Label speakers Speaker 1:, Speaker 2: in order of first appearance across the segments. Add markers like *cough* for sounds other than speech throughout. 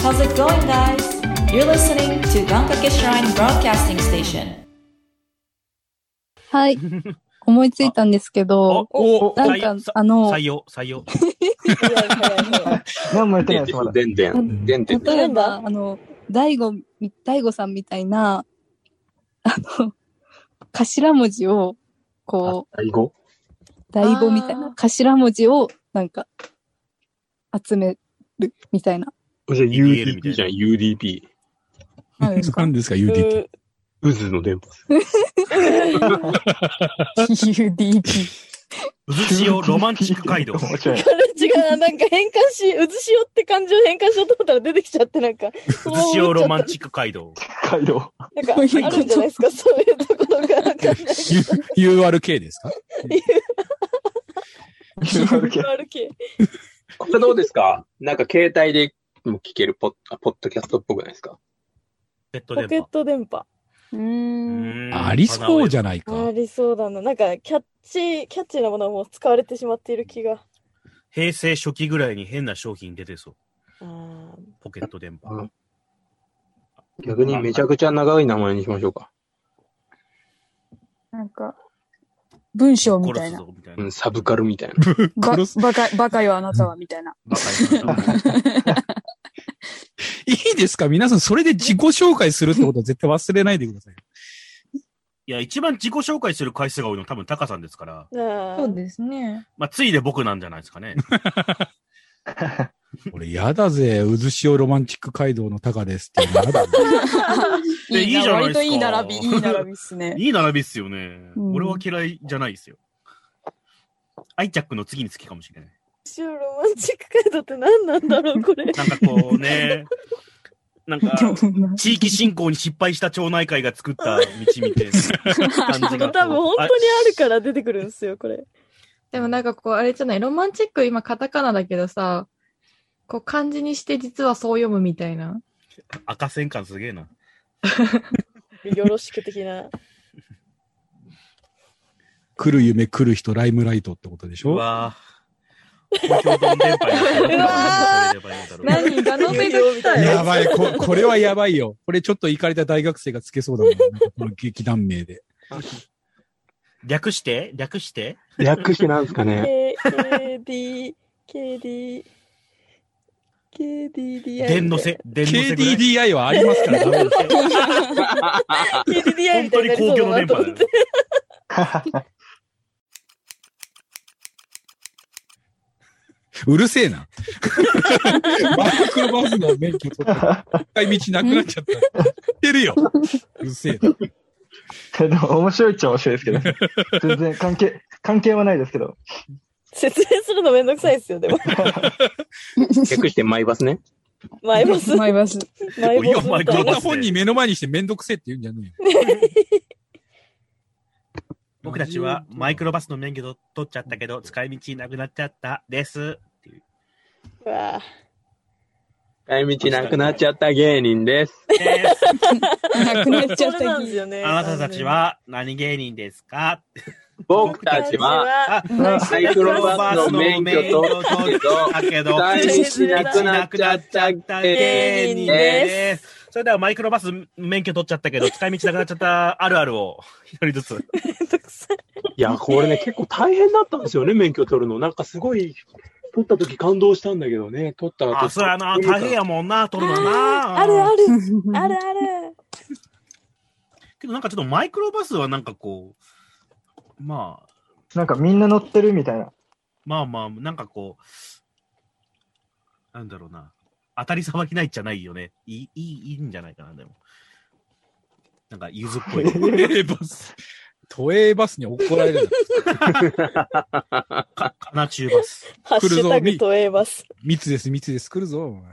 Speaker 1: How's it going, guys? You're listening to Gankake Shrine Broadcasting Station.
Speaker 2: はい。思いついたんですけど、
Speaker 3: お
Speaker 2: な
Speaker 3: 採
Speaker 2: んか
Speaker 3: さ、
Speaker 2: あの、
Speaker 3: 採用、採用。
Speaker 4: 何もやってないです、まだ。
Speaker 5: でんでん。でんでん。
Speaker 2: 例えば、あの、大悟み、大悟さんみたいな、あの、頭文字を、こ
Speaker 5: 最後
Speaker 2: う、大悟みた
Speaker 1: あ
Speaker 2: いな
Speaker 1: ー
Speaker 2: 頭文字を、なんか、集めるみたいな。
Speaker 5: じゃあ
Speaker 3: UDP
Speaker 5: UDP じゃん、UDP。
Speaker 2: 何ですか
Speaker 6: 何ですか ?UDP。
Speaker 5: 渦の電波。
Speaker 2: ?UDP。
Speaker 3: 渦潮ロマンチック街
Speaker 7: *laughs*
Speaker 3: 道。
Speaker 4: 面白い。
Speaker 7: 違うな、なんか変換し、渦潮って漢字を変換しようと思ったら出てきちゃって、なんか、そのま
Speaker 3: 渦
Speaker 7: ま
Speaker 3: 潮ロマ
Speaker 7: 言
Speaker 3: ン
Speaker 7: っ
Speaker 3: チック街道。
Speaker 4: 街道。
Speaker 7: ちゃったなんか、あるんじゃないですか、 *laughs* そういうところがわかん
Speaker 8: *laughs*
Speaker 7: ない。
Speaker 6: *laughs* U- URK ですか
Speaker 7: URK
Speaker 5: これどうですかなんか携帯でも聞けるポッあポッドキャストっぽくないですか
Speaker 3: ネット
Speaker 7: ポ
Speaker 3: 電
Speaker 7: ケッ
Speaker 3: 波。
Speaker 7: ト電波。
Speaker 1: うーん。
Speaker 6: ありそうじ
Speaker 3: ゃん。
Speaker 6: ゃないか。
Speaker 7: ありそうだな。なんか、キャッチ、キャッチーなものはもう使われてしまっている気が。
Speaker 3: 平成初期ぐらいに変な商品出てそう。
Speaker 7: あー
Speaker 3: ポケット電波。
Speaker 5: 逆にめちゃくちゃ長い名前にしましょうか。
Speaker 8: なんか、文章みた
Speaker 3: 殺
Speaker 8: い
Speaker 3: す
Speaker 8: な。
Speaker 3: ぞ、みたいうな。
Speaker 5: ん、サブカルみたいな。
Speaker 8: ば
Speaker 6: 殺す
Speaker 8: バカ、バカよあなたは、みたいな。
Speaker 3: バカに。
Speaker 6: いいですか皆さん、それで自己紹介するってことは絶対忘れないでください。
Speaker 3: *laughs*
Speaker 6: *laughs*
Speaker 3: いや、一番自己紹介する回数が多いの多分タカさんですから、
Speaker 7: あー。
Speaker 8: そうですね。
Speaker 3: まあ、ついで僕なんじゃないですか
Speaker 7: *laughs*
Speaker 3: ね。
Speaker 6: 俺、やだぜ。渦潮ロマンチック街道のタカですって。や *laughs* だぜ
Speaker 3: えいいじゃないで
Speaker 8: 割
Speaker 3: すか
Speaker 8: といい並び、いい並びっすね。
Speaker 3: いい並びっすよね。
Speaker 8: うん
Speaker 3: 俺は嫌いじゃないですよ。アイチャックの次に好きかもしれない。
Speaker 7: シューロマンチックカードって何なんだろう、こ
Speaker 8: *laughs*
Speaker 7: れ。
Speaker 3: なんかこうね、なんか、地域
Speaker 8: 新
Speaker 3: 振興に失敗した町内会が作った道みたいな感じが。
Speaker 7: *laughs* 多分本当にあるから出てくるんですよ、これ。
Speaker 9: でもなんかこう、あれじゃない、ロマンチック今カタカナだけどさ、こう漢字にして実はそう読むみたいな。
Speaker 3: あ赤線感すげえな。
Speaker 7: *laughs* よろしく的な。
Speaker 6: 来る夢来る人、ライムライトってことでし
Speaker 3: う
Speaker 6: ょ
Speaker 3: わぁ。公共電波になってる
Speaker 9: うわ
Speaker 3: どうすればいいんだろう
Speaker 9: 何ガノペが来たよ。
Speaker 6: やばいこ、これはやばいよ。これちょっと行かれた大学生がつけそうだもん。なんかこの劇団名で。
Speaker 3: 略して略して
Speaker 5: *laughs* 略してなんですかね
Speaker 7: K、KD、KD、
Speaker 3: *laughs*
Speaker 7: KDDI。
Speaker 3: 電の。せ、電のせぐらい。
Speaker 6: KDDI はありますから、ダメですよ
Speaker 7: KDDI
Speaker 3: 本
Speaker 7: みた
Speaker 3: 当
Speaker 7: い
Speaker 3: に
Speaker 7: になりそ
Speaker 3: 公
Speaker 7: う
Speaker 3: 共の電
Speaker 7: だなと
Speaker 3: 波
Speaker 7: 思っ
Speaker 3: だよ
Speaker 7: て。
Speaker 6: *laughs* うるせえ *laughs* な。マイクロバスの免許取って、使い道なくなっちゃった。知ってるよ。う
Speaker 7: *laughs*
Speaker 6: るせえな。
Speaker 4: でも面白いっちゃ面白いですけど。全然関係、関係はないですけど。
Speaker 7: 説明するのめんどくさいですよ、でも。
Speaker 5: 略してマイバス *laughs* ね。
Speaker 7: マイボス。
Speaker 8: マイバス。
Speaker 7: マイボス。
Speaker 3: いやマイボ
Speaker 6: こ
Speaker 3: ス
Speaker 6: んな本人目の前にしてめんどくせえって言うんじゃねえよ。
Speaker 3: 僕たちはマイクロバスの免許取っちゃったけど、使い道なくなっちゃった
Speaker 7: *laughs*
Speaker 3: です。
Speaker 7: うわぁ
Speaker 5: 使い道なくなっちゃった芸人です。
Speaker 3: です。
Speaker 8: なくなっちゃっ
Speaker 7: それな
Speaker 8: た
Speaker 7: んですよね。
Speaker 3: あなたたちは何芸人ですか
Speaker 5: 僕たちは、
Speaker 3: あ、
Speaker 5: マイクロバスの免許取ったけど、
Speaker 3: だけど、
Speaker 5: 使い道なくなっちゃった
Speaker 3: 芸
Speaker 5: 芸
Speaker 3: 人
Speaker 5: 人
Speaker 3: で。
Speaker 5: です
Speaker 3: それではマイクロバス免許取っちゃったけ
Speaker 5: *laughs*
Speaker 3: ど、使い道なくなっちゃったあるあるを、一人ずつ。
Speaker 7: めんどくさい。
Speaker 5: いや、これね、結構大変だったんですよね、免許取るの。なんかすごい、取った時感動したんだけどね、取った後。
Speaker 3: あ、そらな、大変やもんな、取るのな。
Speaker 7: あるある。
Speaker 8: あ
Speaker 7: あるある。
Speaker 3: けどなんかちょっとマイクロバスはなんかこう、まあ、
Speaker 4: なんかみんな乗ってるみたいな。
Speaker 3: まあまあ、なんかこう、なんだろうな。当たりさばきないっちゃないよね。いい、いい、いいんじゃないかな、でも。なんか、ゆずっ
Speaker 5: *laughs*
Speaker 3: ぽい。
Speaker 6: 都営バス。都営バスに怒られるな。
Speaker 3: か、かな中バス。
Speaker 7: ハッシュタグとえます。
Speaker 6: 密です、密です。来るぞ、お前。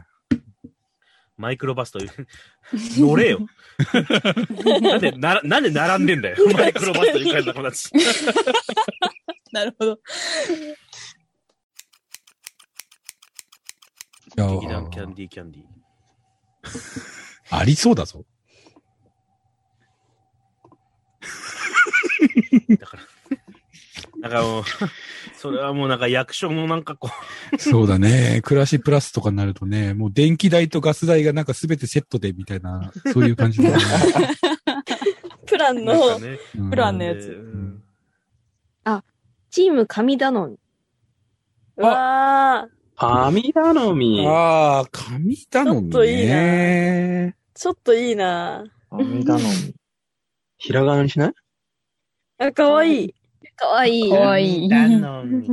Speaker 3: マイクロバスという。乗れよ。なんで、な、なんで並んでんだよ。マイクロバスという会の友達。
Speaker 8: なるほど。
Speaker 6: いや
Speaker 3: 劇団キャンディーキャンディー。
Speaker 6: ありそうだぞ。
Speaker 3: だから。なんかもう、それはもうなんか役所もなんかこ
Speaker 6: そうだね。暮らしプラスとかになるとね、もう電気代とガス代がなんかすべてセットでみたいな、そういう感じだね。
Speaker 7: プラ
Speaker 3: う、
Speaker 7: ン
Speaker 3: なん
Speaker 7: の
Speaker 3: かね。
Speaker 6: うん
Speaker 8: プランのやつ
Speaker 3: うん
Speaker 10: チーム神頼み。
Speaker 7: うわー
Speaker 5: 神頼み。
Speaker 6: ああ、神頼みね。
Speaker 7: ちょっといいちょっといいな
Speaker 4: 見たのに。 *laughs*
Speaker 5: ひらがなにしない
Speaker 7: あ、かわいい。
Speaker 10: かわいい。
Speaker 9: かわいい。
Speaker 3: 頼み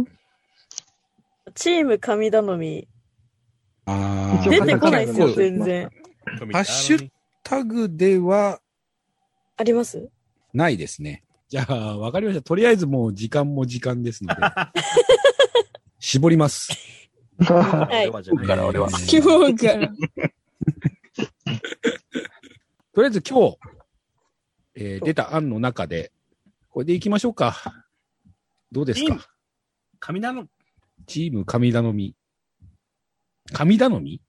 Speaker 7: チーム神頼み。
Speaker 6: ああ。
Speaker 7: 出てこないですよ、
Speaker 4: 結構
Speaker 7: 全然。
Speaker 6: ハッシュタグでは
Speaker 7: あります
Speaker 6: ないですね。じゃあ、わかりました。とりあえずもう時間も時間です *laughs* ので。絞ります。
Speaker 7: はい
Speaker 3: 俺はじゃない
Speaker 5: だから俺は
Speaker 6: えー
Speaker 8: 希望から。
Speaker 6: とりあえず今日、えー出た案の中で、これでいきましょうか。どうですか
Speaker 3: 神頼み。
Speaker 6: チーム神頼み。神頼み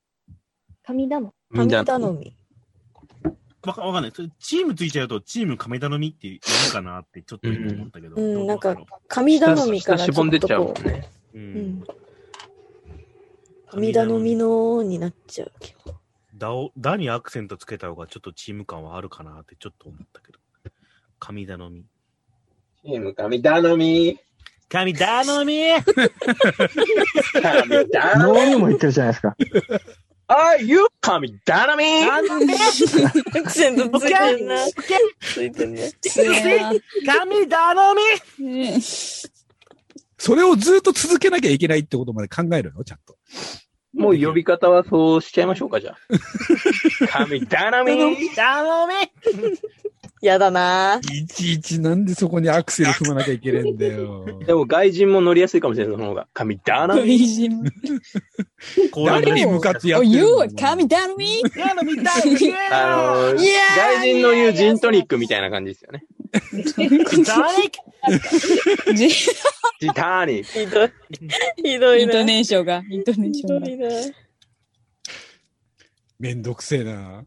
Speaker 10: 神頼み。
Speaker 7: 神頼み。
Speaker 3: わかわかんない。それチームついちゃうと、チーム神頼みって言うかなって、ちょっと今思ったけど。
Speaker 7: うんうん
Speaker 3: どだろ
Speaker 7: なん神頼みから
Speaker 5: 下
Speaker 7: ち
Speaker 5: しぼ
Speaker 7: ょ
Speaker 5: ん
Speaker 7: っ
Speaker 5: でっ
Speaker 7: と
Speaker 5: ちゃう
Speaker 7: こ
Speaker 5: もんね。
Speaker 3: う
Speaker 7: う。うん
Speaker 3: ん。。
Speaker 7: 神頼みのになっちゃうけど。
Speaker 3: だを、だにアクセントつけた方がちょっとチーム感はあるかなってちょっと思ったけど。神頼み。
Speaker 5: チーム神頼み。
Speaker 3: 神頼み
Speaker 5: 神頼 *laughs* み。
Speaker 4: 脳にも言ってるじゃないですか。
Speaker 5: あゆ神頼み。
Speaker 3: なんで
Speaker 7: アクセントついてるな。ついてるね。
Speaker 3: 神頼み
Speaker 8: ね
Speaker 6: それをずっと続けなきゃいけないってことまで考えるのちゃんと。
Speaker 5: もう呼び方はそうしちゃいましょうか、じゃあ。 *laughs* 神頼み。
Speaker 3: 頼み
Speaker 7: やだない
Speaker 6: ちいちなんでそこにアクセル踏まなきゃいけないんだよ。
Speaker 5: でも外人も乗りやすいかもしれない、その方が。神頼み。
Speaker 8: ビジム。
Speaker 3: こ
Speaker 6: 誰に向かってやってる
Speaker 8: you
Speaker 6: の
Speaker 8: coming down me?
Speaker 2: *laughs*
Speaker 5: あのー、
Speaker 7: いやー
Speaker 5: 外人の言うジントニックみたいな感じですよね。ジターニック。
Speaker 7: ひどい。ひど
Speaker 8: イ
Speaker 7: い
Speaker 8: ント
Speaker 7: な。
Speaker 8: ネーションが、イントネー
Speaker 7: ひ
Speaker 8: ショ
Speaker 7: ど
Speaker 8: ンが。
Speaker 7: いな。
Speaker 6: めんどくせえな。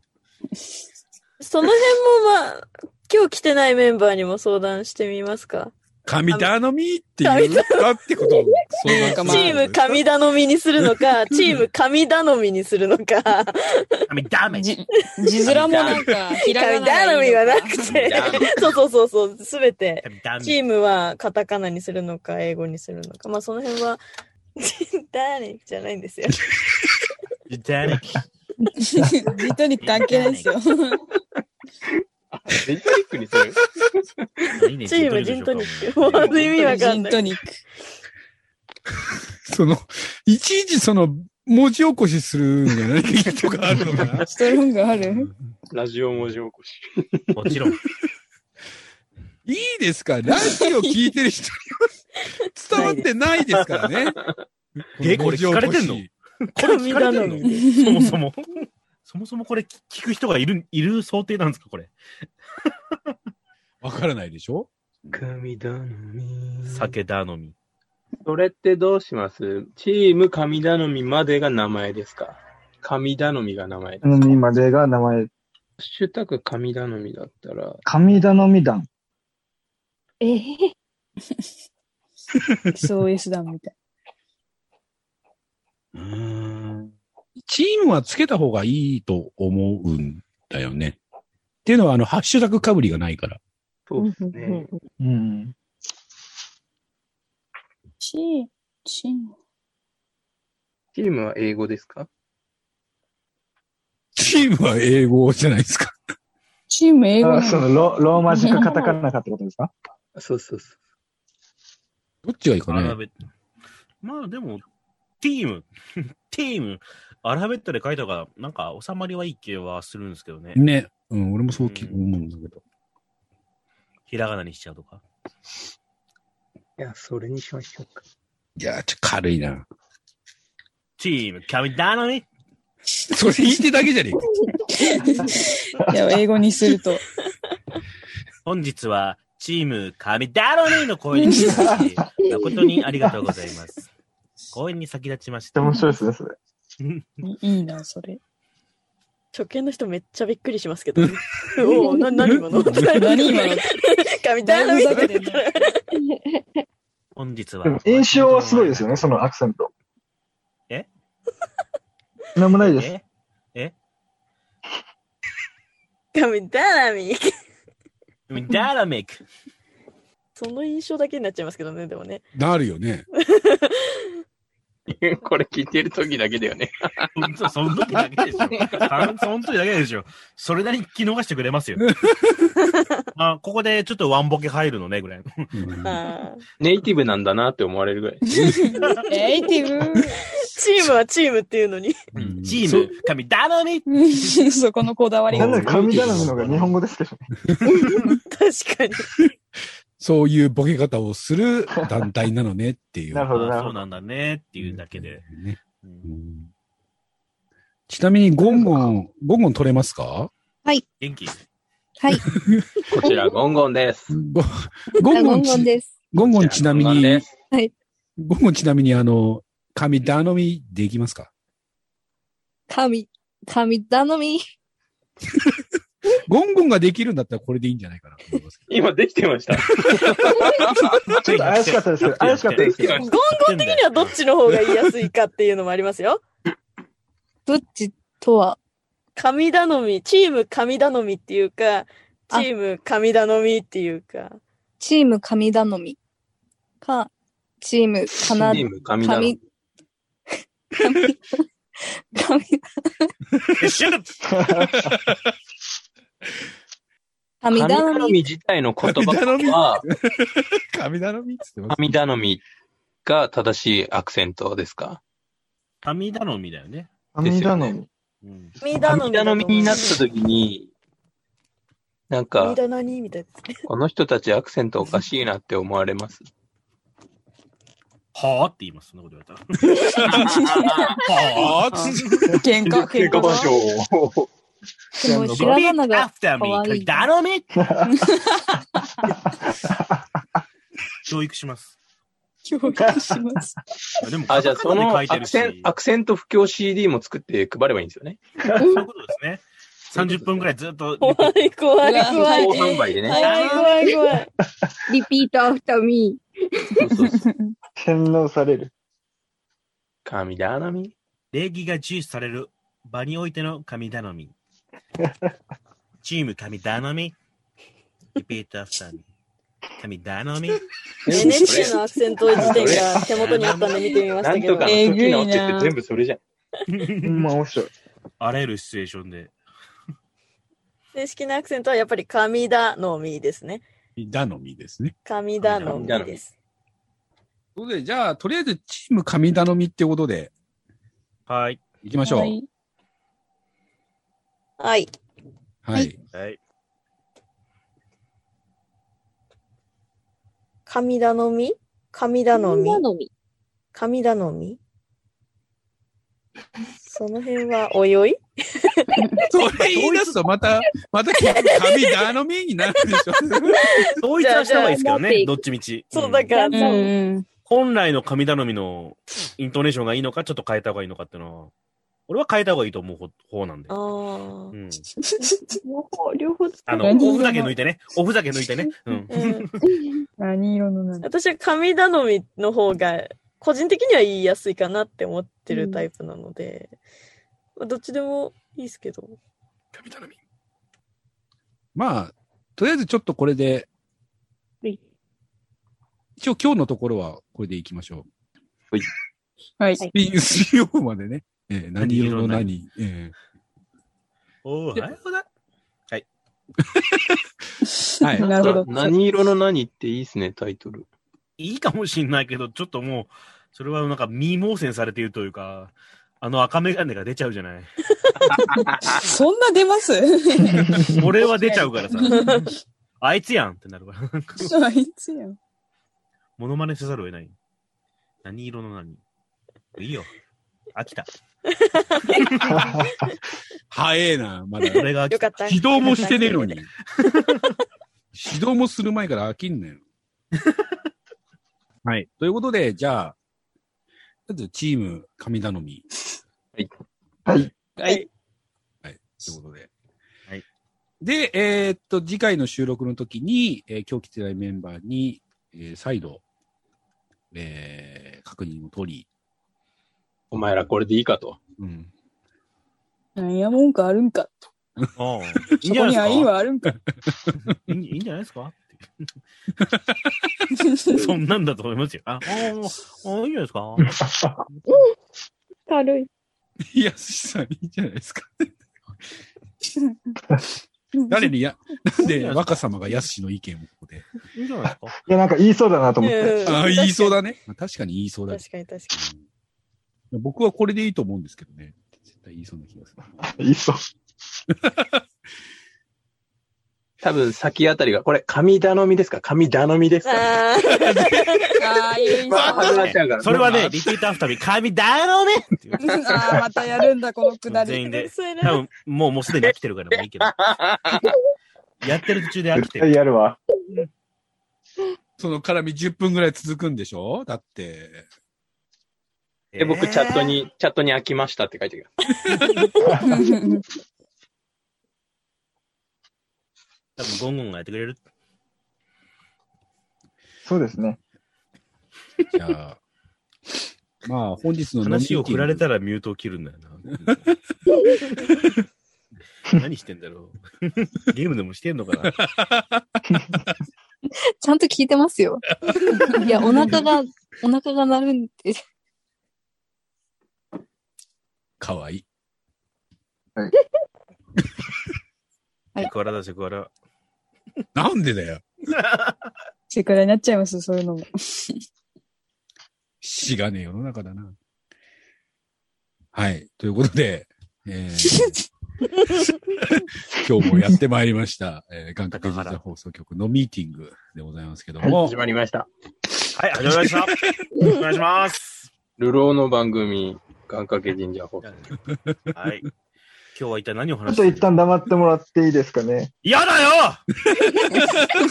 Speaker 7: その辺もまあ、今日来てないメンバーにも相談してみますか。
Speaker 6: 神頼みって言ったってことを *laughs* 相談する
Speaker 7: チーム神頼みにするのか、チーム神頼みにするのか、
Speaker 3: 神頼み
Speaker 8: じ字面もなんか、ひら
Speaker 7: 神
Speaker 8: がな
Speaker 7: 頼
Speaker 8: がい
Speaker 7: み
Speaker 8: いのか
Speaker 7: がなくて、そうそうそうそう、すべて、
Speaker 3: 神頼
Speaker 7: チ
Speaker 3: み
Speaker 7: ームはカタカナにするのか、英語にするのか、まあその辺は、 *laughs* 誰じゃないんですよ。
Speaker 3: 神頼み
Speaker 8: ジートに関係ないですよ。
Speaker 5: ジントニックにする
Speaker 3: 何ね
Speaker 7: チームジントニック。もう意味わか
Speaker 8: ジ
Speaker 7: ん
Speaker 8: ン
Speaker 7: な
Speaker 8: ト
Speaker 7: い。
Speaker 8: ニック。
Speaker 6: その、いちいちその、文字起こしするんじゃないとかあるのか *laughs* な
Speaker 8: ストロングある
Speaker 5: *laughs* ラジオ文字起こし。
Speaker 3: もちろん。
Speaker 6: いいですかラジオ聞いてる人には伝わってないですから *laughs* ね。
Speaker 3: えこれ聞かれてんのこれ聞かれてんのそもそも。そもそもこれ聞聞く人がいる、いる想定なんですかこれ。
Speaker 6: わからないでしょ
Speaker 5: 神頼み。
Speaker 3: 酒頼み。
Speaker 5: それってどうしますチーム神頼みまでが名前ですか神頼みが名前だ。ハッ
Speaker 4: 頼みまでが名前、
Speaker 5: シュタグ神頼みだったら、
Speaker 4: 神頼み団。
Speaker 10: ええ
Speaker 8: ?SOS だみたい。
Speaker 6: チームはつけた方がいいと思うんだよね。っていうのは、あの、ハッシュタグかぶりがないから。
Speaker 5: そうですね。
Speaker 4: うん。
Speaker 8: チー、チーム。
Speaker 5: チームは英語ですか
Speaker 6: チームは英語じゃないですか。
Speaker 8: チーム英語な
Speaker 4: あ
Speaker 8: の
Speaker 4: そのロローマ字かカタカナかってことですか
Speaker 5: そうそうそ
Speaker 6: どっちがいいか
Speaker 3: アラ
Speaker 6: ね。
Speaker 3: ベまあでも、チーム、 *laughs* チーム、アルファベットで書いた方が、なんか収まりはいい気はするんですけどね。
Speaker 6: ね。うん、俺もそうき思うんだけど。
Speaker 3: ひらがなにしちゃうとか。
Speaker 5: う。いや、それにしましょうか。
Speaker 6: いや、ちょっと軽いな。
Speaker 3: チーム、神頼み
Speaker 6: それ言い手だけじゃねえか。
Speaker 8: いや、英語にすると。
Speaker 3: 本日は、チーム、神頼みの声に続き、誠にありがとうございます。公演に先立ちまし
Speaker 4: で
Speaker 3: た。
Speaker 4: 面白いですね、それ。
Speaker 8: いいな、それ。
Speaker 7: 初見の人めっちゃびっくりしますけど、ね。おお、な、何今の
Speaker 8: 何今の
Speaker 7: *laughs* 神
Speaker 8: だい
Speaker 7: 頼
Speaker 8: ぶ
Speaker 7: み
Speaker 8: 避けてんな
Speaker 3: 本日は
Speaker 4: でも、。印象はすごいですよね、そのアクセント。
Speaker 3: え
Speaker 4: なんもないです。
Speaker 3: ええ
Speaker 7: 神頼み。
Speaker 3: ダラメイク。
Speaker 7: その印象だけになっちゃいますけどね、でもね。
Speaker 6: なるよね。
Speaker 11: *laughs* これ聞いてる時だけだよね。
Speaker 3: そ *laughs* その時だけでしょ。その時だけでしょ。それなりに聞き逃してくれます *laughs* よ。まあ、ここでちょっとワンボケ入るのね、ぐらい。
Speaker 11: ネイティブなんだなって思われるぐら
Speaker 5: *laughs*
Speaker 11: い。
Speaker 7: ネイティブ。チームはチームっていうのに。
Speaker 3: チーム、神頼
Speaker 10: *laughs*
Speaker 8: みそこのこだわり
Speaker 4: な
Speaker 8: が
Speaker 4: んなら神頼みの方が日本語ですけどね。
Speaker 7: 確 *laughs* かに。
Speaker 6: そういうボケ方をする団体なのねっていう。
Speaker 3: なるほど、そうなんだねっていうだけで。
Speaker 6: ちなみに、ゴンゴン、ゴンゴン取れますか
Speaker 2: はい。
Speaker 3: 元気
Speaker 2: はい。
Speaker 11: こちら、ゴンゴンです。
Speaker 6: ゴゴンゴンち、
Speaker 2: です。
Speaker 6: ゴンゴンちなみに、
Speaker 2: はい。
Speaker 6: ゴンゴンちなみに、あの、神頼みできますか
Speaker 2: 神、神頼み。
Speaker 6: ゴンゴンができるんだったらこれでいいんじゃないかな。
Speaker 11: 今できてました。
Speaker 4: ちょっと怪しかったですけど、怪しかったですけど。
Speaker 7: ゴンゴン的にはどっちの方が言いやすいかっていうのもありますよ。
Speaker 2: どっちとは
Speaker 7: 神頼み、チーム神頼みっていうか、チーム神頼みっていうか。
Speaker 2: チーム神頼みか、チームかな、
Speaker 11: チーム神頼み
Speaker 2: 神。神、神、神
Speaker 11: 神頼
Speaker 2: 頼
Speaker 11: み
Speaker 2: み。
Speaker 11: 自体の言葉は、
Speaker 6: *laughs* 神頼みっつってます。
Speaker 11: 神頼みが正しいアクセントですか
Speaker 3: 神頼みだよね。
Speaker 4: 神頼み。
Speaker 7: 神
Speaker 11: 神頼みになったた時に、なん
Speaker 7: 神
Speaker 11: か、
Speaker 7: 頼みみたいな。
Speaker 11: この人たちアクセントおかしいなって思われます。
Speaker 3: はあって言います、そんなこと言わ
Speaker 11: *laughs*
Speaker 3: れたら。はあ
Speaker 8: 喧嘩、喧嘩だ。
Speaker 11: を。
Speaker 2: でも、ひらがなが可
Speaker 3: After me,
Speaker 2: 愛い。
Speaker 3: 神
Speaker 11: *laughs*
Speaker 3: 頼み教育します。
Speaker 8: 共感します。
Speaker 3: でも、
Speaker 11: あ、じゃあ
Speaker 3: カ
Speaker 11: そ
Speaker 3: タカ
Speaker 11: の
Speaker 3: ナで書
Speaker 11: ア
Speaker 3: いて
Speaker 11: ク
Speaker 3: る
Speaker 11: セン
Speaker 3: し、
Speaker 11: アクセント不況 CD も作って配ればいいんですよね。
Speaker 3: そういうことですね。30分ぐらいずっと、
Speaker 7: 怖い怖い怖い。
Speaker 11: 自動販売でね
Speaker 7: 怖い怖い怖い。
Speaker 10: リピートアフターミ
Speaker 4: 洗脳される。
Speaker 11: 神頼み
Speaker 3: 礼儀が重視される場においての神頼み。チーム神頼み。リピートアフターミー。神頼み。
Speaker 7: NHK のアクセント辞典が手元にあったんで見てみま
Speaker 11: な
Speaker 7: した
Speaker 11: ん
Speaker 7: けど
Speaker 11: とか。の時のって言って全部それじゃん。
Speaker 4: まあ、面白い。 *laughs*
Speaker 3: あらゆるシチュエーションで。
Speaker 7: 正式なアクセントはやっぱり神頼みですね。
Speaker 6: 頼みですね。
Speaker 7: 神頼みです。
Speaker 6: ということで、じゃあ、とりあえずチーム神頼みってことで、
Speaker 3: はい。
Speaker 6: 行きましょう。
Speaker 8: はい
Speaker 7: はい。
Speaker 6: はい。
Speaker 3: はい。
Speaker 7: 神頼み神頼み
Speaker 10: 神頼み。
Speaker 7: 神頼みその辺はおよい
Speaker 6: *laughs* それ言い出すと、また、また、神頼みになるでしょ。
Speaker 3: 統一はした方がいいですけど
Speaker 7: じゃあじゃ
Speaker 3: ね、
Speaker 7: あ
Speaker 3: どっちみち。
Speaker 7: そう、だから、
Speaker 8: うんうん。
Speaker 3: 本来の神頼みのイントネーションがいいのか、ちょっと変えた方がいいのかっていうのは、俺は変えた方がいいと思う方方なんで。
Speaker 7: あ *laughs*
Speaker 3: うん。
Speaker 10: 両方、両方使
Speaker 3: あ
Speaker 10: う
Speaker 3: の、おふざけ抜いてね。おふざけ抜いてね。
Speaker 7: *laughs*
Speaker 3: うん。
Speaker 7: あ。うん。
Speaker 8: 何色のなんだ
Speaker 7: 私は神頼みの方が、個人的には言いやすいかなって思ってるタイプなので、どっちでもいいですけど。
Speaker 6: 神頼み。まあ、とりあえずちょっとこれで、
Speaker 10: はい
Speaker 6: 一応今日のところはこれでいきましょう。
Speaker 11: はい
Speaker 8: はい。
Speaker 6: ス *laughs* ピン、スピンオフまでね。ええ何色の何。え
Speaker 3: おはようだ。
Speaker 6: えはい。
Speaker 5: *laughs*
Speaker 8: なるほど。
Speaker 11: 何色の何っていいですね、タイトル。
Speaker 3: いいかもしんないけど、ちょっともう、それはなんか未盲線されているというか、あの赤眼鏡が出ちゃうじゃない。
Speaker 8: *laughs* そんな出ます
Speaker 3: *laughs* 俺は出ちゃうからさ。あいつやんってなるから。なんか
Speaker 8: あいつやん。
Speaker 3: モノマネせざるを得ない。何色の何いいよ。飽きた。
Speaker 6: 早えな、まだ。
Speaker 3: 俺が飽
Speaker 7: よ
Speaker 3: き
Speaker 7: か
Speaker 3: た。
Speaker 7: った。
Speaker 6: 指導もしてねえのに。指導もする前から飽きんなよ。はい。ということで、じゃあ、まずチーム神頼み。
Speaker 4: はい。
Speaker 11: はい。
Speaker 6: はい。ということで。
Speaker 3: はい。
Speaker 6: で、えーっと、次回の収録の時に、えー今日来てないメンバーに、えー再度、えー確認を取り、
Speaker 5: お前らこれでいいかと。
Speaker 6: うん。
Speaker 8: なんや文句あるんか。
Speaker 3: いいん
Speaker 8: そ
Speaker 3: じゃ
Speaker 8: こ
Speaker 3: ない
Speaker 8: に
Speaker 3: ですか
Speaker 8: 愛はあるんか。
Speaker 3: いいんいいんじゃないですか *laughs* って。そんなんだと思いますよ。あ、あーあー、いいんじゃないですか。
Speaker 10: 軽い。
Speaker 6: いや、しさん、いいんじゃないですか。誰にや、なんで若様がやすしの意見をここで。
Speaker 3: いいんじゃないですか。
Speaker 4: いや、なんか言いそうだなと思っ
Speaker 7: う
Speaker 4: て。
Speaker 7: ん
Speaker 6: ああ、言いそうだね。確かに言いそうだね
Speaker 7: 確かに確か
Speaker 6: 僕はこれでいいと思うんですけどね。絶対言いそうな気がする。
Speaker 4: 言いそう。
Speaker 5: 多分先あたりが、これ、神頼みですか神頼みです
Speaker 7: に。
Speaker 5: か
Speaker 7: ああ。ああ、いう意味
Speaker 5: わかんなっちゃうから
Speaker 3: それはね、リピートアフタービー、神だろうねっていう
Speaker 8: *laughs* ああ、またやるんだ、このくだ
Speaker 3: 全員
Speaker 8: り。
Speaker 3: で。
Speaker 7: それな
Speaker 3: 多分、もう、もうすでに飽きてるから、もういいけど。やってる途中で飽き
Speaker 4: 絶
Speaker 3: て
Speaker 4: 対
Speaker 3: る。
Speaker 4: やるわ。
Speaker 6: その絡み10分ぐらい続くんでしょだって。
Speaker 5: で、僕、チャットに、チャットに飽きましたって書いてくる。
Speaker 3: 多分、ゴンゴンがやってくれる。
Speaker 4: そうですね。
Speaker 6: じゃあ、まあ本日の
Speaker 3: 話を振られた
Speaker 6: ら。
Speaker 3: らミュートを切るんだよな。何してんだろう。ゲームでもしてんのかな。
Speaker 2: ちゃんと聞いてま
Speaker 10: *laughs*
Speaker 2: すよ。いや、お腹が、お腹が鳴るんで、
Speaker 6: かわいい。
Speaker 3: セクワラだ、セクワラ。
Speaker 6: なんでだよ。
Speaker 8: セクハラになっちゃいます、そういうのも。
Speaker 6: 死がねえ世の中だな。はい。ということで、えー
Speaker 3: *laughs*
Speaker 6: 今日もやってまいりました。えー、眼科学術放送局のミーティングでございますけども
Speaker 5: 始。まりました。
Speaker 3: はい、始まりました。お願いし *laughs* ます。
Speaker 5: 流浪の番組、願掛け神社法。
Speaker 3: はい。今日は一体何を
Speaker 4: ちょ
Speaker 3: 話
Speaker 4: っ
Speaker 3: す
Speaker 4: と一旦黙ってもらっていいですかね。
Speaker 3: やだよ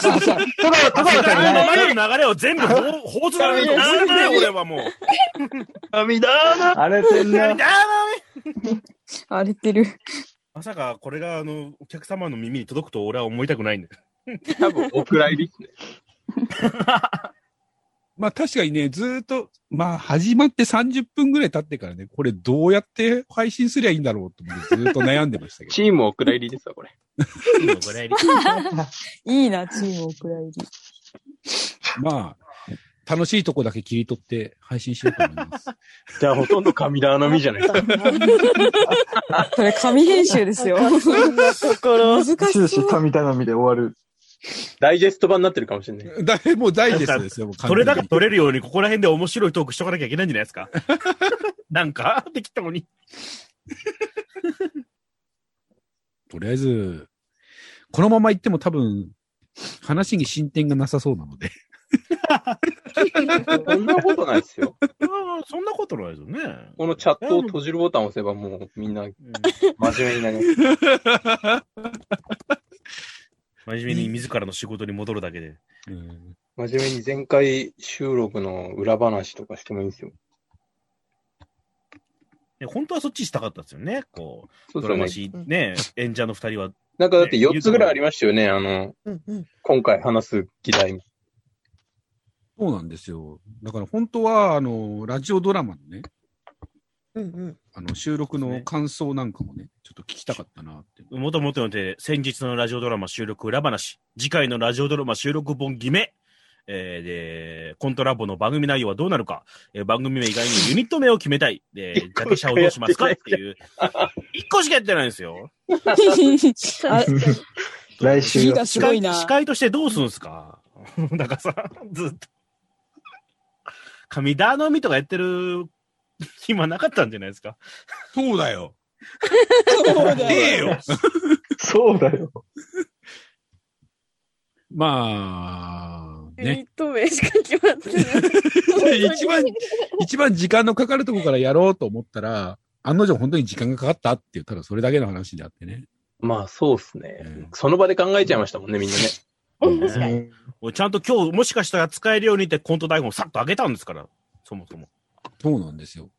Speaker 4: ただ、たださん
Speaker 3: 今
Speaker 4: ね。
Speaker 3: までの流れを全部 *laughs* ほう放送されるとなんだよ、 *laughs* 俺はもう。
Speaker 5: 神頼
Speaker 4: 荒れてん
Speaker 3: や
Speaker 4: な。
Speaker 3: だー
Speaker 8: 荒れてる。
Speaker 3: まさかこれがあのお客様の耳に届くと俺は思いたくないんだ
Speaker 5: *laughs*
Speaker 3: よ。
Speaker 5: み多分、お蔵入りですね。
Speaker 6: まあ確かにね、ずーっと、まあ始まって30分ぐらい経ってからね、これどうやって配信すりゃいいんだろうと思ってずーっと悩んでましたけど。
Speaker 5: チームお蔵入りですわ、これ。
Speaker 3: これ
Speaker 8: いいな、チームお蔵入り。
Speaker 3: *laughs*
Speaker 6: まあ、楽しいとこだけ切り取って配信しようと思います。 *laughs*
Speaker 5: じゃあ、ほとんど神頼みじゃないですか。
Speaker 8: それ、紙編集ですよ。
Speaker 7: そんなところ。
Speaker 8: 難し
Speaker 4: 終
Speaker 8: そ
Speaker 4: 始
Speaker 8: う。
Speaker 4: 神頼みで終わる。
Speaker 5: *laughs* ダイジェスト版になってるかもしれない。
Speaker 6: だいもうダイジェストですよ、もう完
Speaker 3: *laughs* 取れ
Speaker 6: 全
Speaker 3: だ
Speaker 6: に
Speaker 3: け取れるようにここら辺で面白いトークしとかなきゃいけないんじゃないです
Speaker 5: *laughs*
Speaker 3: か。なんかできたのに。
Speaker 6: とりあえず、このまま行っても多分、話に進展がなさそうなので。
Speaker 5: そんなことないですよ。
Speaker 3: うんそんなことないですよね。
Speaker 5: このチャットを閉じるボタンを押せば、もうみんな
Speaker 3: うん
Speaker 5: 真面目になります。
Speaker 3: 真面目に自らの仕事に戻るだけで。
Speaker 6: うん
Speaker 5: 真面目に前回収録の裏話とかしてもいいんですよ。
Speaker 3: ね本当はそっちしたかったですよね。こ、
Speaker 5: そうう
Speaker 3: ド
Speaker 5: です
Speaker 3: ラ
Speaker 5: よね
Speaker 3: マ。シーンね、演者の二人は。
Speaker 5: なんかだって4つぐらいありましたよね、あの、
Speaker 7: うんうん
Speaker 5: 今回話す議題。
Speaker 6: そうなんですよ。だから本当は、あの、ラジオドラマのね、
Speaker 7: うん
Speaker 6: あの、収録の感想なんかもね、ちょっと聞きたかったなって。
Speaker 3: もともとので、先日のラジオドラマ収録裏話、次回のラジオドラマ収録本決め、えーで、コントラボの番組内容はどうなるか、えー番組名以外にユニット名を決めたい、で、ジャケシャをどうしますかっていう、一個しかやってないんですよ。
Speaker 8: あ
Speaker 4: 来週
Speaker 8: 火。がすごいな。
Speaker 3: 司会としてどうするんすかだからさ、ずっと。神頼みとかやってる暇なかったんじゃないですか。
Speaker 6: そうだよ。
Speaker 8: そうだ
Speaker 6: ねえ
Speaker 8: よ。
Speaker 6: よ。
Speaker 4: そうだよ。
Speaker 6: まあ、
Speaker 7: ユ
Speaker 6: ね。
Speaker 7: ニット名しか決まってない。
Speaker 6: 一番、一番時間のかかるとこからやろうと思ったら、案の定本当に時間がかかったっていう、ただそれだけの話であってね。
Speaker 5: まあそうっすね。その場で考えちゃいましたもんね、 *laughs* みんなね。
Speaker 3: 俺ちゃんと今日もしかしたら使えるようにってコント台本をさっと上げたんですから、そもそも。
Speaker 6: そうなんです *laughs* よ。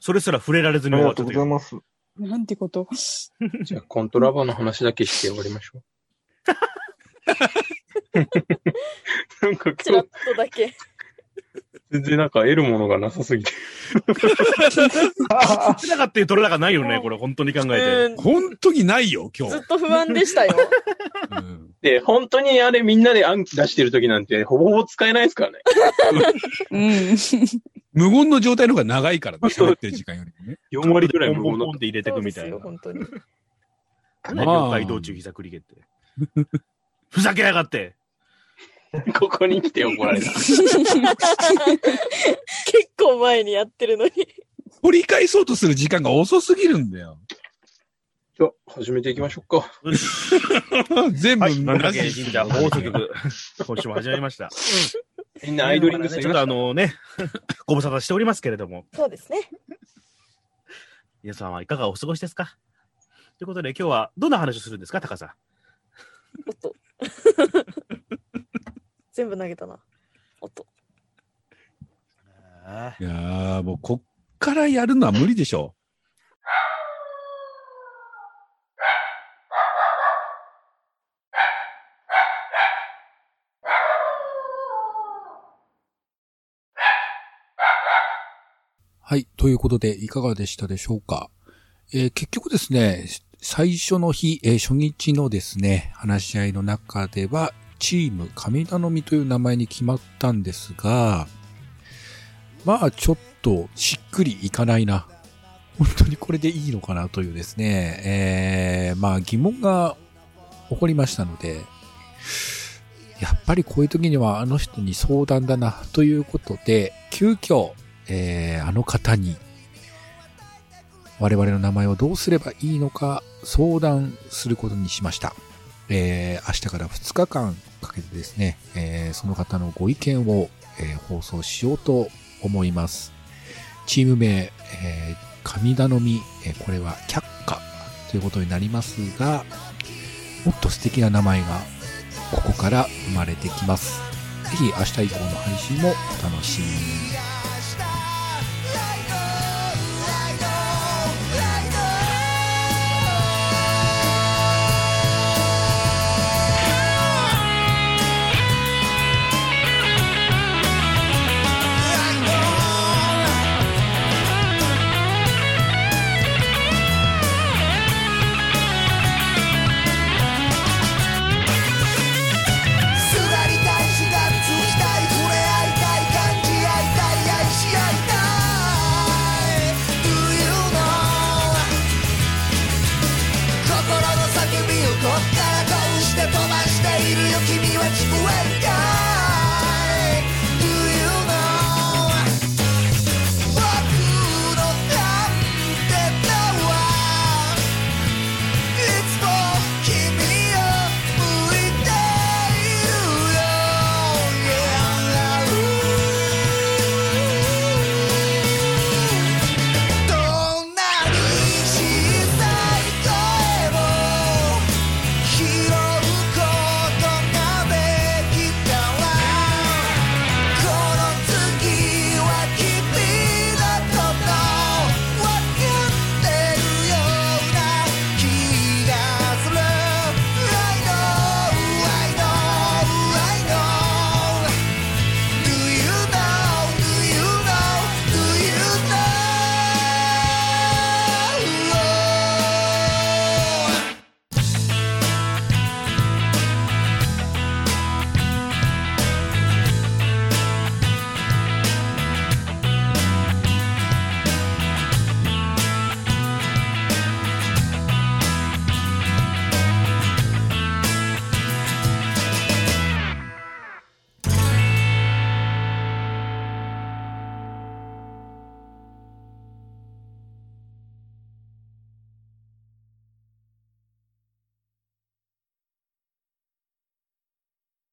Speaker 3: それすら触れられず
Speaker 4: あ
Speaker 3: に
Speaker 4: り
Speaker 3: 終わっ
Speaker 4: が
Speaker 3: ち
Speaker 4: と
Speaker 3: ゃっ
Speaker 4: う
Speaker 3: たけ
Speaker 4: ござい
Speaker 3: ど。
Speaker 4: ます。
Speaker 8: なんてこと。
Speaker 5: じゃあコントラバーの話だけして終わりまし *laughs* ょう。なんか
Speaker 7: ち
Speaker 5: 今
Speaker 7: らっとだけ。
Speaker 5: 全然なんか得るものがなさすぎて。
Speaker 3: なかっていう取れ高ないよね、これ、本当に考
Speaker 7: う
Speaker 3: え
Speaker 7: ん
Speaker 3: て。本当にないよ、今
Speaker 6: *laughs*
Speaker 7: ずっ。と不安
Speaker 3: *laughs*
Speaker 7: でしたよ。
Speaker 5: で、本当にあれみんなで暗記出してる時なんて、ほぼほぼ使えないですからね。
Speaker 8: 無言の状態の方が長いからね、喋ってる時間よりもね。
Speaker 5: 4割ぐらい
Speaker 3: ポ
Speaker 5: 無
Speaker 3: ンポン
Speaker 5: 言 *laughs*
Speaker 3: ポンって入れてくみたいな。
Speaker 7: 本当に。 *laughs*
Speaker 3: 何了解道中膝くりげって。ふざけやがって
Speaker 5: ここに来て怒ら *laughs* れた。
Speaker 7: 結構前にやってるのに。
Speaker 8: 取り返そうとする時間が遅すぎるんだよ。
Speaker 5: じゃあ、始めていきましょうか。
Speaker 8: 全部、
Speaker 3: なんだっけ神社放送局、今週も始まりました。
Speaker 5: みんなアイドリングす
Speaker 3: ち
Speaker 5: る
Speaker 3: ょっとあのね、 *laughs* ご無沙汰しておりますけれども、
Speaker 7: そうですね。
Speaker 3: 皆さんはいかがお過ごしですかということで、今日はどんな話をするんですか、タカさん。
Speaker 7: *laughs* 全部投げたな。音。
Speaker 8: いやー、もうこっからやるのは無理でしょ
Speaker 6: はい。ということで、いかがでしたでしょうか。えー結局ですね、最初の日、えー初日のですね、話し合いの中では、チーム神頼みという名前に決まったんですが、まあちょっとしっくりいかないな。本当にこれでいいのかなというですね、えーまあ疑問が起こりましたので、やっぱりこういう時にはあの人に相談だな、ということで、急遽、えーあの方に、我々の名前をどうすればいいのか相談することにしました。えー明日から2日間かけてですね、えーその方のご意見を、えー放送しようと思います。チーム名、えー神頼み、えーこれは却下ということになりますが、もっと素敵な名前がここから生まれてきます。ぜひ明日以降の配信もお楽しみに。